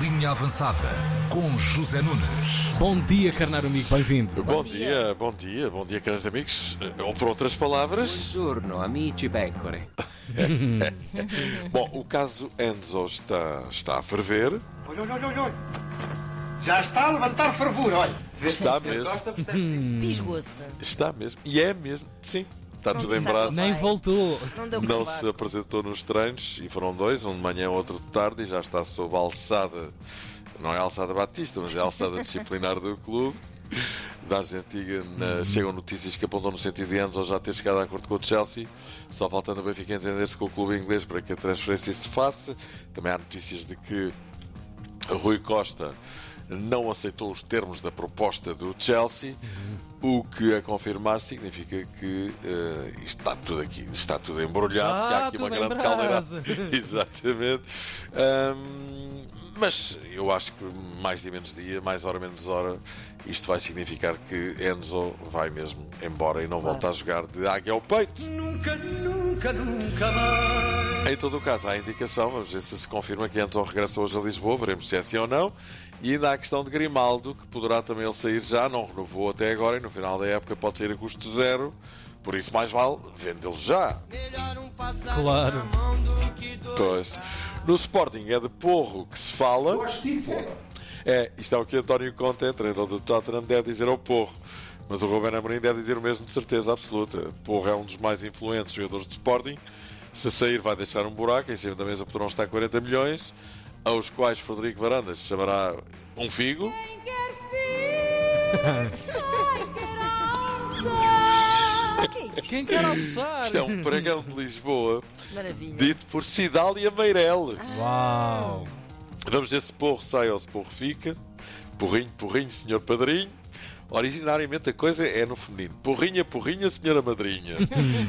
Linha Avançada com José Nunes. Bom dia, carnaro amigo, bem-vindo. Bom, dia. bom dia, bom dia, caros amigos. Eh, Ou por outras palavras, Buongiorno, amici pecore. bom, o caso Enzo está, está a ferver. Olha, olha, olha, olha. Já está a levantar fervura, olha. Vê se Está você mesmo. gosta, percebe-se. Pisgou-se. Está mesmo. E é mesmo. Sim, está Não tudo em disse braço. nada. Nem voltou. Não deu Não combate. se apresentou nos treinos e foram dois, um de manhã, outro de tarde, e já está sob a alçada. Não é a alçada Batista, mas é a alçada disciplinar do clube. Da Argentina na- chegam notícias que apontam no sentido de Enzo já ter chegado a acordo com o Chelsea, só faltando o Benfica entender-se com o clube inglês para que a transferência se faça. Também há notícias de que Rui Costa não aceitou os termos da proposta do Chelsea, o que a confirmar significa que eh, está tudo aqui, está tudo embrulhado, que há Ah, aqui uma tudo em grande brasa. caldeirada. Exatamente. Ahm, mas eu acho que mais dia menos dia, mais hora menos hora, isto vai significar que Enzo vai mesmo embora e não volta a jogar de águia ao peito. Nunca, nunca, nunca mais. Em todo o caso, há indicação, vamos ver se se confirma que Anton regressa hoje a Lisboa, veremos se é assim ou não. E ainda há a questão de Grimaldo, que poderá também ele sair já, não renovou até agora e no final da época pode sair a custo zero. Por isso, mais vale vendê-lo já. Claro. Pois. No Sporting é de porro que se fala. É, isto é o que António Conte, treinador do Tottenham, deve dizer ao Porro. Mas o Ruben Amorim deve dizer o mesmo de certeza absoluta. Porro é um dos mais influentes jogadores de Sporting. Se sair vai deixar um buraco, em cima da mesa poderão estar 40 milhões, aos quais Frederico Varandas chamará um figo. Ah, que é isto? Quem quer almoçar? Isto é um pregão de Lisboa, Maravilha. dito por Cidália Meireles. Uau. Vamos ver se porro sai ou se porro fica. Porrinho, porrinho, senhor padrinho. Originariamente a coisa é no feminino. Porrinha, porrinha, senhora madrinha.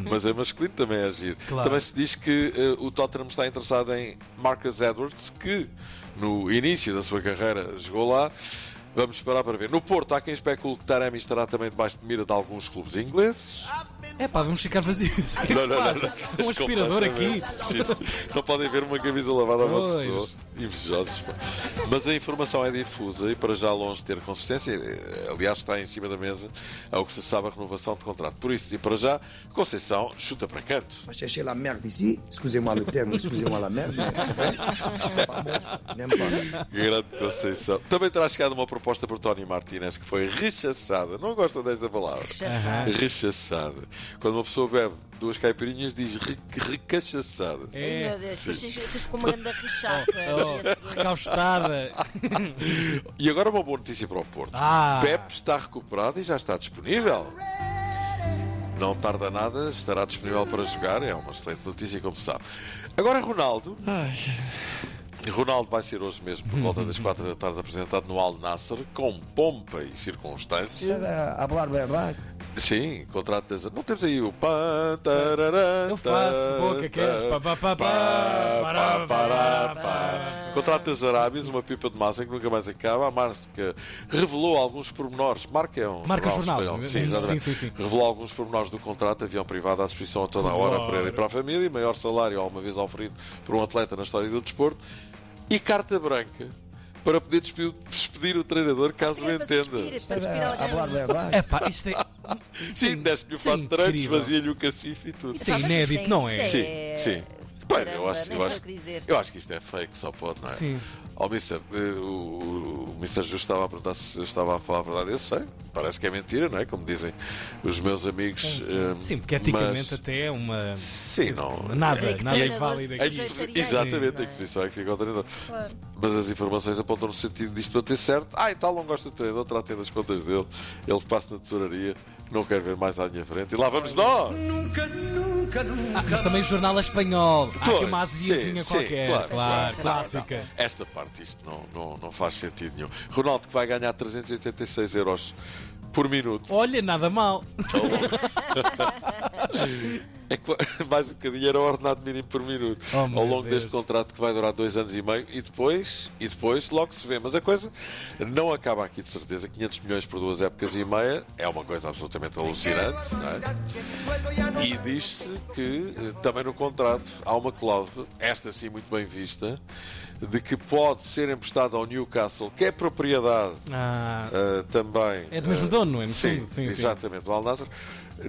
Mas é masculino também é agir. Claro. Também se diz que eh, o Tottenham está interessado em Marcus Edwards, que no início da sua carreira jogou lá. Vamos esperar para ver. No Porto, há quem especule que Taremi estará também debaixo de mira de alguns clubes ingleses. É pá, vamos ficar vazios. O que é que se passa? Um aspirador aqui. Completamente. Não podem ver uma camisa lavada a uma Pois. pessoa. Invejosos. pá. Mas a informação é difusa e para já longe de ter consistência. eh, Aliás, está em cima da mesa ao que se sabe a renovação de contrato. Por isso, e para já, Conceição chuta para canto. J'ai cherché la merde ici. Excusez-moi le terme, excusez-moi la merde. mais C'est vrai. C'est pas bon, ça. Je n'aime pas. Grande Conceição. Também terá chegado uma proposta por Tony Martinez que foi rechaçada. Não gosto desta palavra. Ah. Chafado. Rechaçada. Quando uma pessoa bebe duas caipirinhas, diz re- recachaçada. Ai, É. meu Deus, depois ficas com uma grande rechaça. Oh, Esse- recaustada. E agora uma boa notícia para o Porto. Ah. Pep está recuperado e já está disponível. Não tarda nada, estará disponível para jogar. É uma excelente notícia, como se sabe. Agora Ronaldo. Ronaldo vai ser hoje mesmo, por volta das 4 da tarde, apresentado no Al Nasser, com pompa e circunstância. Euh, Hablar verdad. Sim, contrato das... Não temos aí o... pá, tarará, Eu faço de boca, queres? Pá, pá, pá, pá. Pá, pá, Pará, pará, pá. Contrato das Arábias, uma pipa de massa que nunca mais acaba. A marca revelou alguns pormenores. Marca é um Marca jornal. né? espanhol. Sim, Sim, exatamente. sim, sim. Revelou alguns pormenores do contrato, avião privado à disposição a toda a hora Claro. para ele e para a família, maior salário alguma vez oferido por um atleta na história do desporto e carta branca para poder despedir, despedir o treinador caso o Sim, é para se entenda. despir, para Euh, despir alguém. assim, Hablar verdad. É pá, isto é. Sim, deste-lhe o sim, fato de treinos, incrível. fazia-lhe o cacife e tudo. Isso é Pá, mas inédito, isso não é? isso Sim, sim. Pois, eu Caramba, acho- eu nem sei acho- o que dizer. Eu acho que isto é fake, só pode, não é? Sim. Ó, Mister, eh, o, o Mr. Justo estava a perguntar se eu estava a falar a verdade. Eu sei, parece que é mentira, não é? Como dizem os meus amigos. Sim, sim. eh, Sim, porque eticamente mas- até é uma. Sim, não. Nada, que nada é treinador válido A aqui. seja- imposi- Sujeitaria isso, Exatamente, não a é? imposição é que fica ao treinador. Claro. Mas as informações apontam no sentido disto bater certo. Ah, e tal, não gosta do treinador, tratem das contas dele. Ele passa na tesouraria, não quer ver mais à minha frente. E lá vamos nós! Nunca, nunca, nunca Mas também o jornal é espanhol. Há aqui Pois, uma asiazinha sim, sim, qualquer. claro, claro, claro. clássica. Esta parte, isto não, não, não faz sentido nenhum. Ronaldo que vai ganhar 386 euros por minuto. Olha, nada mal. É que mais um bocadinho era o ordenado mínimo por minuto. Oh, Ao meu longo Deus. deste contrato que vai durar dois anos e meio e depois, e depois logo se vê. Mas a coisa não acaba aqui de certeza. 500 milhões por duas épocas e meia é uma coisa absolutamente alucinante, não é? E diz-se que eh, também no contrato há uma cláusula, esta sim muito bem vista, de que pode ser emprestado ao Newcastle, que é propriedade Ah, eh, também. É do mesmo eh, dono, não é? No Sim, fundo, sim, sim. exatamente, do Al Nassr.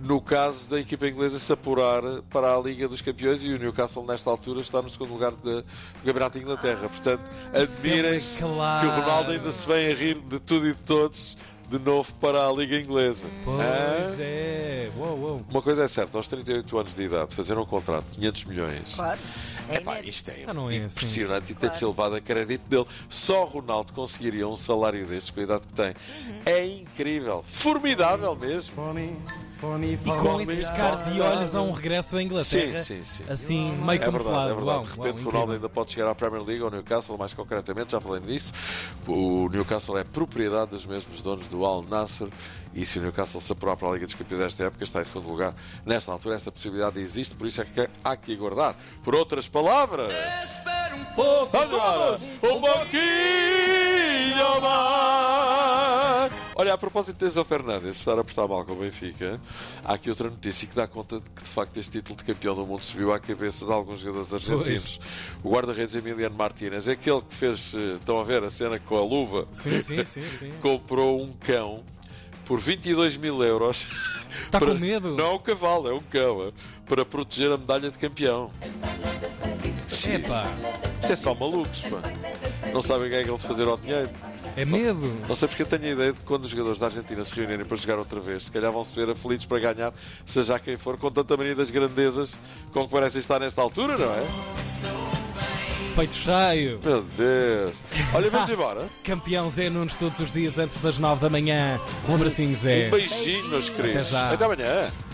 No caso da equipa inglesa se apurar para a Liga dos Campeões e o Newcastle, nesta altura, está no segundo lugar de- do Campeonato de Inglaterra. Portanto, admirem-se Ah, sempre claro. que o Ronaldo ainda se vem a rir de tudo e de todos de novo para a Liga Inglesa. Ah, pois é. Uou, uou. Uma coisa é certa, aos 38 anos de idade, fazer um contrato de 500 milhões. Claro. É Epá, inédito. isto é Ah, não é assim. impressionante e tem de ser levado a crédito dele. Só Ronaldo conseguiria um salário deste, com a idade que tem. É incrível, formidável mesmo. E com esse piscar de olhos a um regresso à Inglaterra. Sim, sim, sim. Assim, meio É verdade, camuflado. é verdade. Uau, de uau, repente, o incrível. Ronaldo ainda pode chegar à Premier League ou Newcastle, mais concretamente, já falei nisso. O Newcastle é propriedade dos mesmos donos do Al Nassr e se o Newcastle se apurar para a Liga dos Campeões desta época, está em segundo lugar. Nesta altura, essa possibilidade existe, por isso é que há que aguardar. Por outras palavras, agora, um pouquinho mais. Olha, a propósito de Enzo Fernandes estar a apostar mal com o Benfica, há aqui outra notícia que dá conta de que, de facto, este título de campeão do mundo subiu à cabeça de alguns jogadores argentinos. O guarda-redes Emiliano Martínez é aquele que fez, eh, estão a ver, a cena com a luva, Sim, sim, sim, sim. comprou um cão por 22 mil euros. Está Tá com medo? Não é um cavalo, é um cão, eh, para proteger a medalha de campeão. Epá, Isso é só malucos, pá. Não sabem o que é que ele fazer ao dinheiro. é medo. Não sei porque eu tenho a ideia de que quando os jogadores da Argentina se reunirem para jogar outra vez, se calhar vão se ver aflitos para ganhar, seja a quem for, com tanta mania das grandezas com que parecem estar nesta altura, não é? Peito cheio. Meu Deus! Olha, vamos embora. Campeão Zé Nunes todos os dias antes das 9 da manhã. Um abracinho, Zé. Um beijinho, meus queridos. já. Até amanhã.